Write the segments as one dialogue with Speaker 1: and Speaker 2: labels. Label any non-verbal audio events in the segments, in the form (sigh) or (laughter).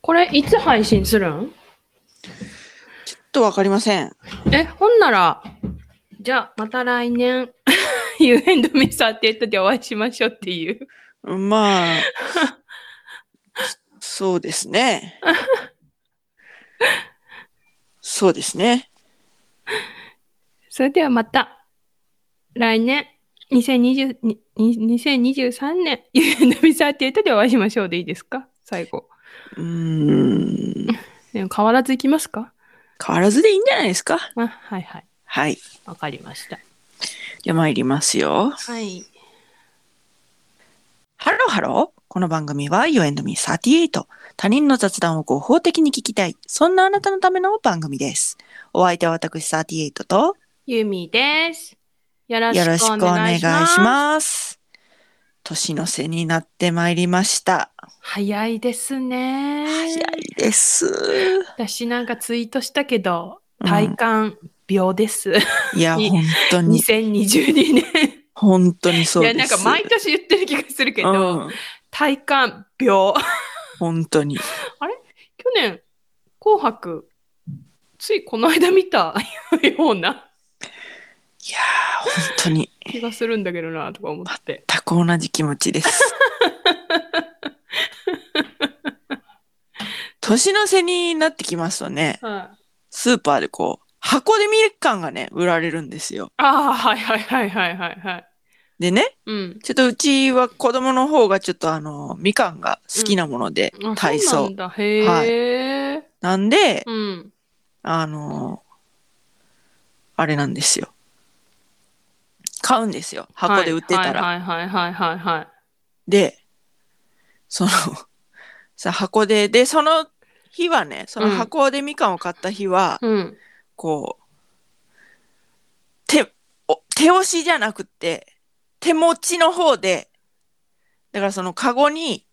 Speaker 1: これ、いつ配信するん
Speaker 2: ちょっとわかりません。
Speaker 1: え、ほんなら、じゃあ、また来年、You (laughs) and me サーテッドでお会いしましょうっていう。
Speaker 2: (laughs) まあ、そうです (laughs) ね。そうですね。
Speaker 1: それではまた、来年、2020にに2023年、You and me サーテッドでお会いしましょうでいいですか最後。
Speaker 2: うーん。
Speaker 1: でも変わらずいきますか
Speaker 2: 変わらずでいいんじゃないですか。
Speaker 1: あ、はいはい。
Speaker 2: はい。
Speaker 1: わかりました。
Speaker 2: じゃあ参りますよ。
Speaker 1: はい。
Speaker 2: ハローハロー。この番組は You and me38。他人の雑談を合法的に聞きたい。そんなあなたのための番組です。お相手は私38と
Speaker 1: ゆみです。よろし
Speaker 2: よろし
Speaker 1: く
Speaker 2: く
Speaker 1: お
Speaker 2: お
Speaker 1: 願
Speaker 2: 願
Speaker 1: い
Speaker 2: い
Speaker 1: し
Speaker 2: し
Speaker 1: ます。
Speaker 2: ます。年の瀬になってまいりました。
Speaker 1: 早いですね。
Speaker 2: 早いです。
Speaker 1: 私なんかツイートしたけど、
Speaker 2: うん
Speaker 1: 体感秒です。
Speaker 2: いや、
Speaker 1: に
Speaker 2: 本当に、
Speaker 1: 2022年。
Speaker 2: 本当にそ
Speaker 1: いう
Speaker 2: で
Speaker 1: や、
Speaker 2: す。
Speaker 1: なんか毎年言ってる気がするけど、
Speaker 2: うん
Speaker 1: 体感秒。
Speaker 2: 本当に。
Speaker 1: 去年、紅白、ついこの間見たようない
Speaker 2: やー、本当に、
Speaker 1: 気がするんだけどなとか思って。
Speaker 2: 全く同じ気持ち
Speaker 1: (laughs)
Speaker 2: です。年の瀬になってきますとね、
Speaker 1: はい
Speaker 2: スーパーでこう、箱で見る感がね、売られるんですよ。
Speaker 1: ああ、はいはいはいはいはいはい。
Speaker 2: でね、
Speaker 1: うん。
Speaker 2: ちょっとうちは子供の方がちょっとあの、みかんが好きなもので、
Speaker 1: あ
Speaker 2: 体
Speaker 1: そうな
Speaker 2: 操
Speaker 1: ん。だ。へえ、
Speaker 2: なんで、
Speaker 1: うん。
Speaker 2: あのあれなんですよ。買うんですよ。箱で売ってたら。
Speaker 1: はいはいはいはいはいはい。
Speaker 2: で、その、さ、箱で、で、その日はね、その
Speaker 1: うん
Speaker 2: 箱でみかんを買った日は、
Speaker 1: うん。
Speaker 2: こう、手、お手押しじゃなくて、手持ちの方で、だからそのカゴに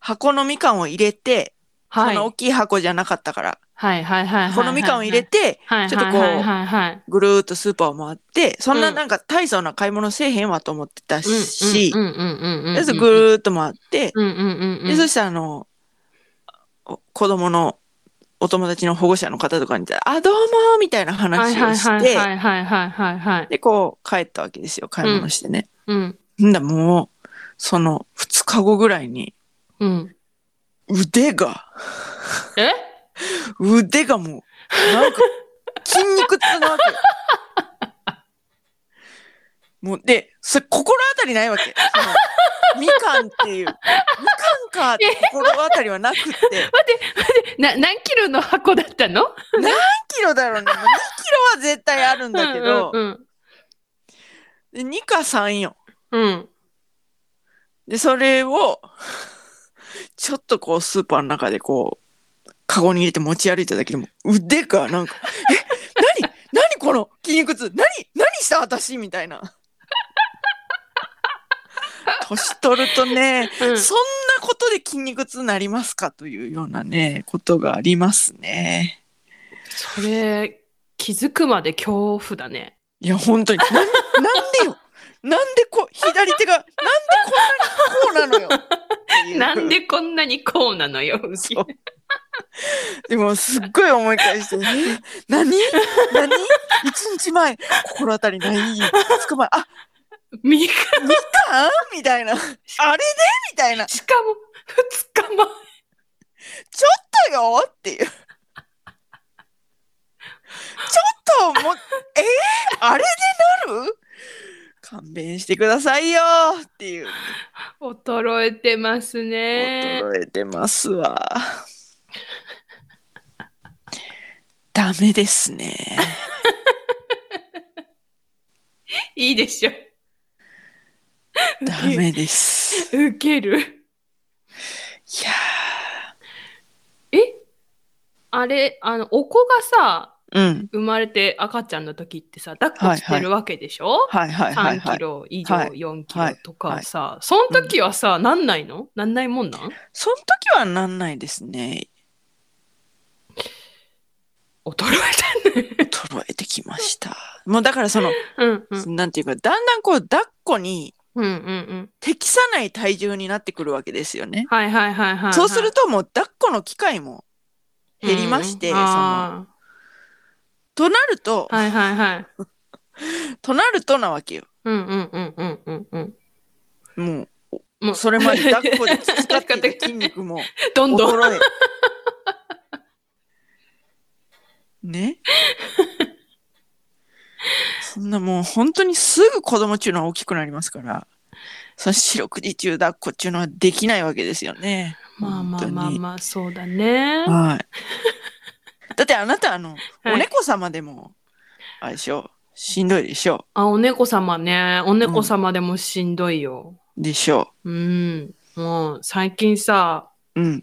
Speaker 2: 箱のみかんを入れて、
Speaker 1: は
Speaker 2: そ
Speaker 1: い。
Speaker 2: の大きい箱じゃなかったから、
Speaker 1: はいはいはいはい。
Speaker 2: 箱のみかんを入れ、て、
Speaker 1: はい、
Speaker 2: ちょっとこう
Speaker 1: はいはいはい。
Speaker 2: ぐるーっとスーパーを回って、そんな
Speaker 1: うん
Speaker 2: なんか大層な買い物せえへんわと思ってたし、
Speaker 1: うんうんうんうんうん。
Speaker 2: とりあえずぐるーっと回って、
Speaker 1: うんうんうんうん。
Speaker 2: で、そしたら、あの、お子供のお友達の保護者の方とかに、あ、どうもみたいな
Speaker 1: はい
Speaker 2: 話
Speaker 1: は
Speaker 2: を
Speaker 1: い
Speaker 2: し
Speaker 1: はいは
Speaker 2: て、
Speaker 1: いはいはいはいはい。
Speaker 2: で、こう、帰ったわけですよ。買い物してね。
Speaker 1: うん。
Speaker 2: んだ、もう、その、2日後ぐらいに、
Speaker 1: うん。
Speaker 2: 腕が、
Speaker 1: え
Speaker 2: 腕がもう、なんか、筋肉痛なわけよ。もう、で、それ、心当たりないわけ。そのみかんっていう、みかんかって心当たりはなくって。
Speaker 1: な、何キロの箱だったの
Speaker 2: キロだろうね。2キロは絶対あるんだけど、
Speaker 1: うん
Speaker 2: で2か3よ。
Speaker 1: うんうん。
Speaker 2: で、それを、 (laughs) ちょっとこう、スーパーの中でこう、カゴに入れて持ち歩いただけでも、腕がなんか、え、なになにこの筋肉痛なになにした私みたいな。 (laughs) 年取るとね、
Speaker 1: うん。うん
Speaker 2: そんなことで筋肉痛になりますかというようなね、ことがありますね。
Speaker 1: それ、気づくまで恐怖だね。
Speaker 2: いや、本当に。なんなんでよ。なんでこう、左手が、なんでこんなにこうなのよってい
Speaker 1: (laughs)
Speaker 2: う。
Speaker 1: なんでこんなにこうなのよ、うち
Speaker 2: そうでも、すっごい思い返して、え (laughs) 何何一日前、心当たりない。つかまえ、あ、
Speaker 1: みか
Speaker 2: あみたいな。あれでみたいな。
Speaker 1: んしかも、二日前。
Speaker 2: ちょっとよっていう。ちょっともう、えあれでなる勘弁してくださいよっていう。
Speaker 1: 衰えてますね。
Speaker 2: 衰えてますわ。ダメですね。
Speaker 1: いいでしょ。
Speaker 2: (laughs) ダメです。
Speaker 1: 受ける。
Speaker 2: いや
Speaker 1: えあれ、あの、お子がさ、
Speaker 2: ーうん。
Speaker 1: 生まれて赤ちゃんの時ってさ、抱っこしてるわけでしょ、
Speaker 2: はいはいは
Speaker 1: 3
Speaker 2: いは
Speaker 1: キ
Speaker 2: い。
Speaker 1: ロ以上、
Speaker 2: はい
Speaker 1: 4キロとかさ、その時はさ、なんないのなんないもんなん
Speaker 2: その時はなんないです
Speaker 1: (laughs)
Speaker 2: ね。
Speaker 1: 衰えた
Speaker 2: (laughs)
Speaker 1: ね。
Speaker 2: 衰えてきました。もうだからその、
Speaker 1: うんうん
Speaker 2: なんていうか、だんだんこう、抱っこに
Speaker 1: うんうんうん。
Speaker 2: 適さない体重になってくるわけですよね。
Speaker 1: はいはいはいはい、はい。
Speaker 2: そうするともう抱っこの機会も減りまして
Speaker 1: うんうんあ
Speaker 2: となると、
Speaker 1: ーはいはいはい。
Speaker 2: となるとなわけよ。
Speaker 1: うんうんうんうんうんうん。
Speaker 2: もう
Speaker 1: もう
Speaker 2: それまで抱っ
Speaker 1: (laughs)
Speaker 2: こで培っていた筋肉も
Speaker 1: どんどん。
Speaker 2: 衰え。 (laughs) ねそんなもう本当にすぐ子供っていうのは大きくなりますから、その四六時中抱っこっていうのはできないわけですよね。
Speaker 1: まあまあまあ
Speaker 2: 本
Speaker 1: まあ、そうだね
Speaker 2: 当に。。はい。だってあなたあの、
Speaker 1: はい
Speaker 2: お猫様でも、あれでしょ、しんどいでしょ、
Speaker 1: あ、お猫様ね。お猫様でもしんどいよ。
Speaker 2: でしょ
Speaker 1: うん。もう、最近さ、
Speaker 2: う。うん、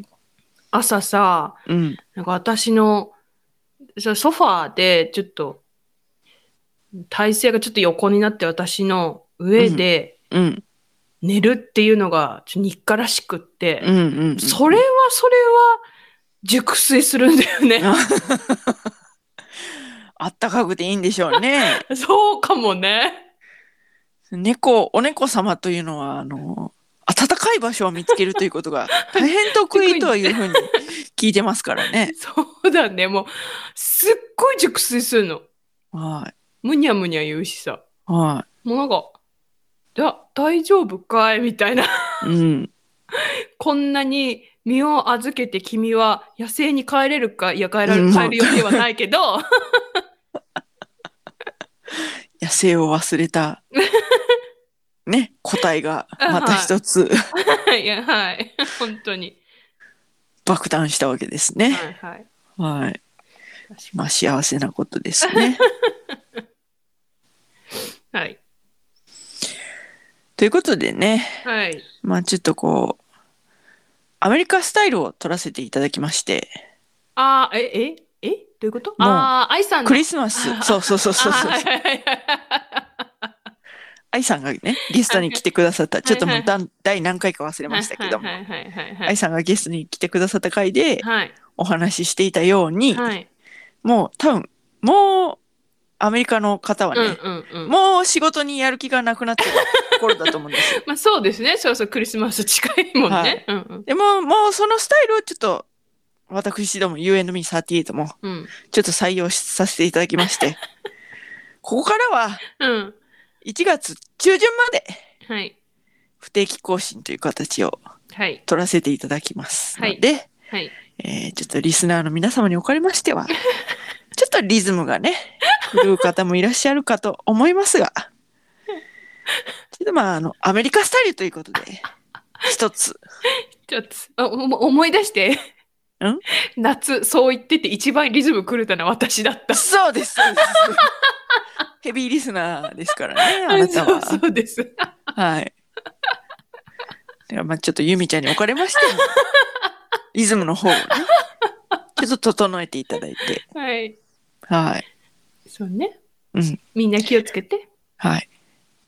Speaker 1: 朝さ、
Speaker 2: うん、
Speaker 1: なんか私の、そソファーで、ちょっと、体勢がちょっと横になって私の上で
Speaker 2: うん、
Speaker 1: 寝るっていうのが、ちょっと日課らしくって、
Speaker 2: うん、うん。
Speaker 1: それはそれは熟睡するんだよね。
Speaker 2: (laughs) あったかくていいんでしょうね。
Speaker 1: (laughs) そうかもね。 (laughs)
Speaker 2: 猫、お猫様というのは、あの、暖かい場所を見つけるということが大変得意というふうに聞いてますからね。
Speaker 1: そうだね。もう、すっごい熟睡するの。
Speaker 2: はい。
Speaker 1: むにゃむにゃ言うしさ。
Speaker 2: は
Speaker 1: もうなんか、いや、大丈夫かいみたいな。
Speaker 2: い。うん。
Speaker 1: こんなに身を預けて君は野生に帰れるかいや、帰ら
Speaker 2: うん
Speaker 1: 帰る予定はないけど、
Speaker 2: 野生を忘
Speaker 1: (laughs)
Speaker 2: れた、ね、個体がまた一つ
Speaker 1: (laughs) いや、はい。本当に。
Speaker 2: 爆弾したわけです
Speaker 1: は
Speaker 2: ね。
Speaker 1: いはい。
Speaker 2: はい。
Speaker 1: 確か
Speaker 2: まあ幸せなことです
Speaker 1: (laughs)
Speaker 2: ね。
Speaker 1: にはい。
Speaker 2: ということでね、
Speaker 1: はい。
Speaker 2: まあちょっとこう、アメリカスタイルを取らせていただきまして、
Speaker 1: あー、え、え、えどういうこと
Speaker 2: もう
Speaker 1: ああ、愛さんの。
Speaker 2: クリスマス、そうそうそうそうそう
Speaker 1: あ
Speaker 2: (laughs)
Speaker 1: ー。はいはいはい
Speaker 2: 愛さんがね、ゲストに来てくださった、ちょっともうだん第何回か忘れ
Speaker 1: は
Speaker 2: ま
Speaker 1: い
Speaker 2: したけども、
Speaker 1: はいはいはいはい。
Speaker 2: 愛さんがゲストに来てくださった回で
Speaker 1: はい。
Speaker 2: お話ししていたように、
Speaker 1: はい。
Speaker 2: もう多分、もうアメリカの方は
Speaker 1: うん
Speaker 2: ね、
Speaker 1: うんうん。
Speaker 2: もう仕事にやる気がなくなってる頃だと思う
Speaker 1: (laughs)
Speaker 2: んですよ。
Speaker 1: まあそうですね。そうそう、クリスマス近いもんね。
Speaker 2: はい
Speaker 1: うんうん。
Speaker 2: でも、もうそのスタイルをちょっと、私ども U&Me38 も
Speaker 1: うん。
Speaker 2: ちょっと採用しさせていただきま
Speaker 1: (laughs)
Speaker 2: して、ここからは
Speaker 1: うん。
Speaker 2: 1月中旬まで
Speaker 1: はい。
Speaker 2: 不定期更新という形を
Speaker 1: はい。
Speaker 2: 取らせていただきます
Speaker 1: はい
Speaker 2: ので、
Speaker 1: はい。
Speaker 2: えーちょっとリスナーの皆様におかれましては、 (laughs) ちょっとリズムがね、狂う方もいらっしゃるかと思いますが、ちょっとまあ、あの、アメリカスタイルということで、一つ。
Speaker 1: ちょっと、あおも思い出して。
Speaker 2: ん
Speaker 1: 夏、そう言ってて一番リズム狂ったのは私だった。
Speaker 2: そうです、そうです。ヘビーリスナーですからね、あなたは。
Speaker 1: (laughs) そうそうです。
Speaker 2: はい。では、まあ、ちょっとユミちゃんにおかれましても、リズムの方をね、ちょっと整えていただいて、
Speaker 1: はい。
Speaker 2: はい。
Speaker 1: そうね。
Speaker 2: うん。
Speaker 1: みんな気をつけて。
Speaker 2: はい。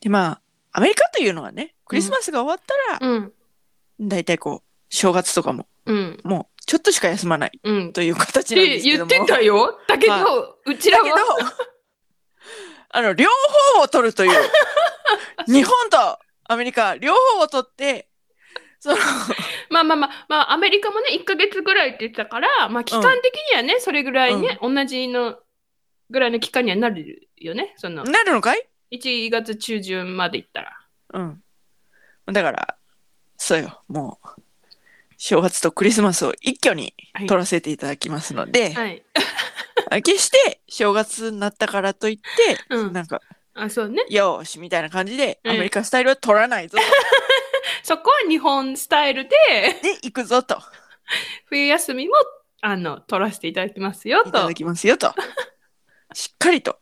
Speaker 2: で、まあ、アメリカというのはね、クリスマスが終わったら、
Speaker 1: うん。
Speaker 2: 大体こう、正月とかも、
Speaker 1: うん。
Speaker 2: もう、ちょっとしか休まない (laughs)
Speaker 1: うん。っ
Speaker 2: という形なんで
Speaker 1: て
Speaker 2: すけ
Speaker 1: 言
Speaker 2: ど
Speaker 1: っ
Speaker 2: も。
Speaker 1: てたよ。だけど、
Speaker 2: は
Speaker 1: うちら
Speaker 2: だけど (laughs)
Speaker 1: は。、
Speaker 2: あの、両方を取るという、
Speaker 1: (laughs)
Speaker 2: 日本とアメリカ、両方を取って、その、
Speaker 1: まあまあまあ、まあ、アメリカもね、1ヶ月ぐらいって言ってたから、まあ、期間的にはね、それぐらいね、同じのぐらいの期間にはなるよね。その、
Speaker 2: なるのかい
Speaker 1: 1月中旬まで行ったら。
Speaker 2: うん。だから、そうよ、もう、正月とクリスマスを一挙に取らせていただきますので、
Speaker 1: はい。
Speaker 2: 決して正月になったからといって、
Speaker 1: うん
Speaker 2: なんか、
Speaker 1: あ、そうね。
Speaker 2: よーしみたいな感じで、
Speaker 1: うん
Speaker 2: アメリカスタイルは取ら
Speaker 1: (laughs)
Speaker 2: ないぞ、
Speaker 1: そこは日本スタイルで、
Speaker 2: で行くぞと、
Speaker 1: 冬休みも、あの、取らせていただきますよ
Speaker 2: い
Speaker 1: と
Speaker 2: た。だきますよと、しっかりと。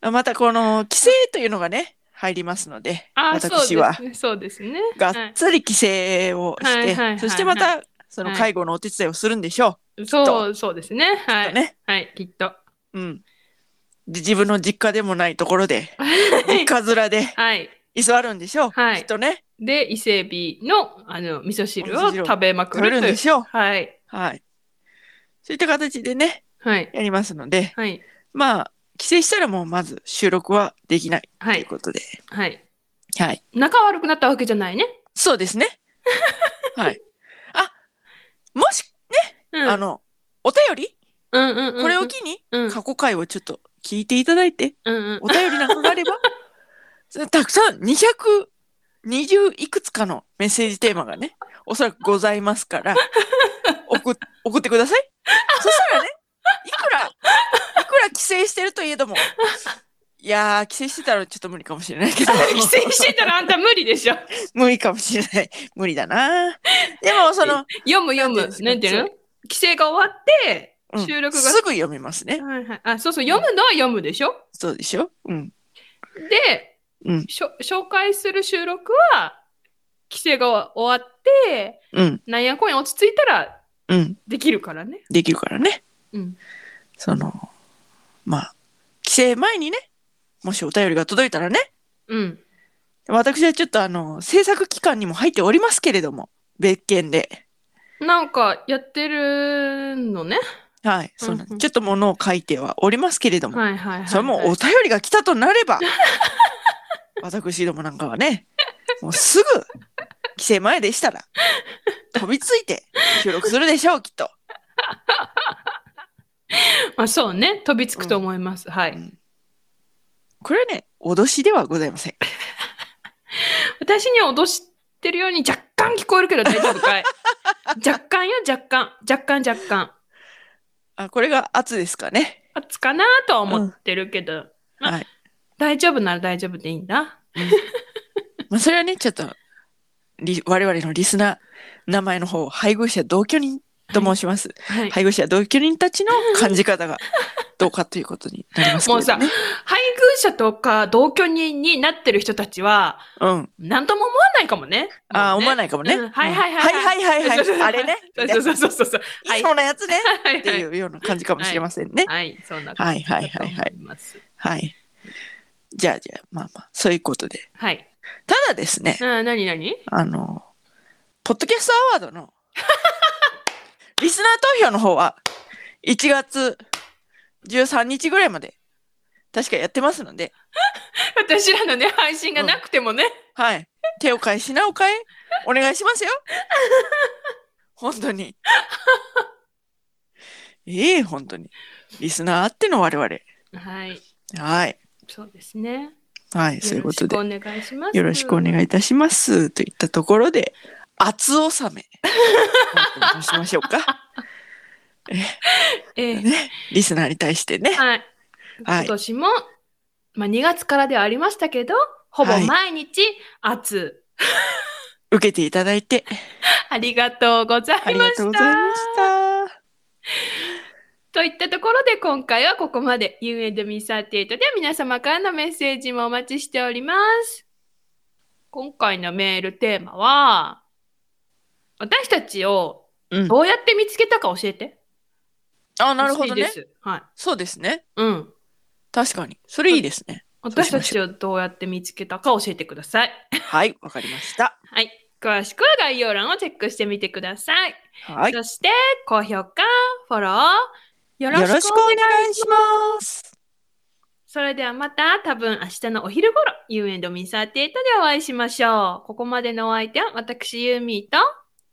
Speaker 2: またこの規制というのがね、入りますので、
Speaker 1: あ、そう
Speaker 2: 私
Speaker 1: で
Speaker 2: は
Speaker 1: すね。そうですね。
Speaker 2: がっつり規制を
Speaker 1: はいはい
Speaker 2: し
Speaker 1: はいはい
Speaker 2: て、そしてまたその
Speaker 1: はい
Speaker 2: 介護のお手伝いをするんでしょ
Speaker 1: そう、そうですね。
Speaker 2: う。
Speaker 1: はい。
Speaker 2: ね。
Speaker 1: はい、きっと。
Speaker 2: うん。で、自分の実家でもないところで、実家面で
Speaker 1: (laughs) はい。
Speaker 2: 居座るんでしょう。
Speaker 1: はい
Speaker 2: きっとね、
Speaker 1: で、伊勢海老の、あの、味噌汁
Speaker 2: お
Speaker 1: を
Speaker 2: 味噌汁を
Speaker 1: 食べまく
Speaker 2: 来
Speaker 1: る
Speaker 2: るん
Speaker 1: という
Speaker 2: でしょう。
Speaker 1: はい。
Speaker 2: はい。そういった形でね、
Speaker 1: はい。
Speaker 2: やりますので、
Speaker 1: はい。
Speaker 2: まあ、帰省したらもうまず収録はできない
Speaker 1: は
Speaker 2: という
Speaker 1: い。
Speaker 2: ことで、
Speaker 1: はい。
Speaker 2: はい。
Speaker 1: 仲悪くなったわけじゃないね。
Speaker 2: そうですね。
Speaker 1: (laughs)
Speaker 2: はい。あ、もし、
Speaker 1: うん、
Speaker 2: あの、お便り
Speaker 1: うんうんうん、
Speaker 2: これを機に、
Speaker 1: うん、
Speaker 2: 過去回をちょっと聞いていただいて、
Speaker 1: うんうん
Speaker 2: お便りなんかがあれば、 (laughs) それたくさん220いくつかのメッセージテーマがね、おそらくございます
Speaker 1: (laughs)
Speaker 2: から、送っ送ってください。そしたらね、いくら、いくら帰省してるといえども、いやー、帰省してたらちょっと無理かもしれない
Speaker 1: (laughs)
Speaker 2: けど、
Speaker 1: 帰省してたらあんた無理で
Speaker 2: (laughs)
Speaker 1: しょ。
Speaker 2: 無理かもしれない。無理だな。でも、その、
Speaker 1: 読む読む。な
Speaker 2: な
Speaker 1: んんて
Speaker 2: てい
Speaker 1: いううんの規制が終わって
Speaker 2: うん、
Speaker 1: 収録が、
Speaker 2: すぐ読みますね。
Speaker 1: はいはい、あそうそう読むのは読むでしょ
Speaker 2: そうでしょうん。
Speaker 1: で、
Speaker 2: うん
Speaker 1: しょ紹介する収録は規制が終わって
Speaker 2: うん。
Speaker 1: なんやこんや落ち着いたら
Speaker 2: うん。
Speaker 1: できるからね。
Speaker 2: できるからね。
Speaker 1: うん、
Speaker 2: その、まあ、帰省前にね、もしお便りが届いたらね、
Speaker 1: うん、
Speaker 2: 私はちょっとあの、制作期間にも入っておりますけれども、別件で。
Speaker 1: なんかやってるのね。
Speaker 2: はい。その
Speaker 1: うんうん
Speaker 2: ちょっとものを書いてはおりますけれども、
Speaker 1: はいはいはい、はい。
Speaker 2: それもお便りが来たとなれば、私どもなんかはね、もうすぐ、帰省前でしたら、飛びついて収録するでしょう、きっと。
Speaker 1: まあそうね飛びつくと思います。は
Speaker 2: う
Speaker 1: い。
Speaker 2: んこれはね、脅しではございません。
Speaker 1: 私には脅してるように若干聞こえるけど大丈夫
Speaker 2: (laughs)
Speaker 1: かい若干よ若干若干若干。
Speaker 2: あ、これが圧ですかね。
Speaker 1: 熱かなとは思ってるけど、まあ
Speaker 2: はい。
Speaker 1: 大丈夫なら大丈夫でいいんだ。
Speaker 2: まあ、それはね、ちょっと、リ我々のリスナー、名前の方を配偶者同居人と申します。
Speaker 1: はい。
Speaker 2: 配偶者同居人たちの感じ方が
Speaker 1: (laughs)
Speaker 2: どうかということになりますけれど、ね。
Speaker 1: も配偶者とか同居人になってる人たちは、
Speaker 2: うん。
Speaker 1: 何とも思わないかもね。
Speaker 2: ああ、思わ
Speaker 1: ない。
Speaker 2: ないかもね。
Speaker 1: うんはいはいはい
Speaker 2: うん
Speaker 1: は
Speaker 2: はいはいはい
Speaker 1: そうそう
Speaker 2: はい。
Speaker 1: そう
Speaker 2: あれね。
Speaker 1: (laughs) そうそうそうそうそう。はい
Speaker 2: いそうなやつね。
Speaker 1: はいはい。
Speaker 2: っていうような感じかもしれませんね。
Speaker 1: はい、そんな感じだと思います。
Speaker 2: はい。じゃあじゃあ、まあまあ、そういうことで。
Speaker 1: はい。
Speaker 2: ただですね、
Speaker 1: ななになに
Speaker 2: あの、ポッドキャストアワードの (laughs) リスナー投票の方は1月13日ぐらいまで確かやってますので、
Speaker 1: (laughs) 私らのね、配信がなくてもね。
Speaker 2: はい。手を変え品を変え、お願いしますよ。本当に。ええ本当に。リスナーあっての我々。
Speaker 1: はい。
Speaker 2: はい。
Speaker 1: そうですね。
Speaker 2: はい、そういうことで
Speaker 1: よ。ろしくお願いします。
Speaker 2: よろしくお願いいたします。といったところで、厚納め。どうしましょうか。
Speaker 1: ええ
Speaker 2: ね、リスナーに対してね。
Speaker 1: はい。
Speaker 2: は
Speaker 1: 今
Speaker 2: い
Speaker 1: 年も、まあ、2月からではありましたけど、ほぼ毎日、暑、
Speaker 2: 受けていただいて、
Speaker 1: ありがとうござ
Speaker 2: あ
Speaker 1: い
Speaker 2: り
Speaker 1: ま
Speaker 2: が
Speaker 1: した。
Speaker 2: とう
Speaker 1: と
Speaker 2: ございました。
Speaker 1: いったところで、今回はここまで。U&Me38 では皆様からのメッセージもお待ちしております。今回のメールテーマは、私たちを
Speaker 2: うん。
Speaker 1: どうやって見つけたか教えて。
Speaker 2: あ、なるほど
Speaker 1: 欲
Speaker 2: ね
Speaker 1: しい。です。はい。
Speaker 2: そうですね。
Speaker 1: うん。
Speaker 2: 確かに。それいいですね。
Speaker 1: 私たちをどうやって見つけたか教えてください。
Speaker 2: はい、わかりました。
Speaker 1: はい。詳しくは概要欄をチェックしてみてください。
Speaker 2: はい。よ
Speaker 1: そして、高評価、フォロー、よろしくお願
Speaker 2: ろ
Speaker 1: い
Speaker 2: しくお願いします。
Speaker 1: それではまた、多分明日のお昼頃、You and Me38 でお会いしましょう。ここまでのお相手は、私、ユーミーと、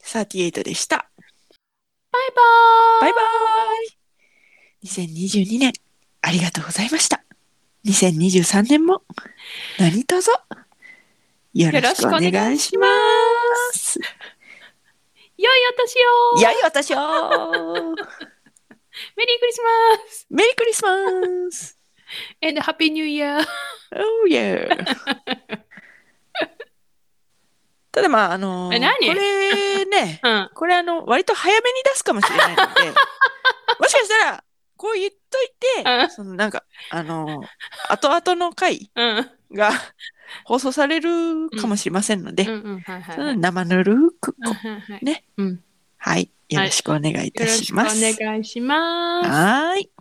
Speaker 2: 38でした。
Speaker 1: バイバーイ
Speaker 2: バイバイ。2022年、ありがとうございました。2023年も、何卒、よろしくお願いします。
Speaker 1: 良いお年を
Speaker 2: いやいや、私を。
Speaker 1: メリークリスマス
Speaker 2: メリークリスマス
Speaker 1: !And Happy New Year!
Speaker 2: Oh yeah. (laughs) ただまああのー
Speaker 1: え何
Speaker 2: これね、 (laughs)
Speaker 1: うん。
Speaker 2: これあの割と早めに出すかもしれない
Speaker 1: (laughs)
Speaker 2: ので、もしかしたらこう言っと
Speaker 1: う
Speaker 2: いて、
Speaker 1: ん
Speaker 2: そのなんかあのー後々の回
Speaker 1: うん。 (laughs)
Speaker 2: が放送されるかもしれませんので、
Speaker 1: うんうん。はいはい
Speaker 2: そ
Speaker 1: は
Speaker 2: の
Speaker 1: い。
Speaker 2: 生ぬるくこ
Speaker 1: うんはいはい
Speaker 2: ね。
Speaker 1: うん。よ
Speaker 2: はいよろしくお願いいた
Speaker 1: ろし
Speaker 2: し
Speaker 1: くお
Speaker 2: ます。
Speaker 1: 願いします。
Speaker 2: はーい。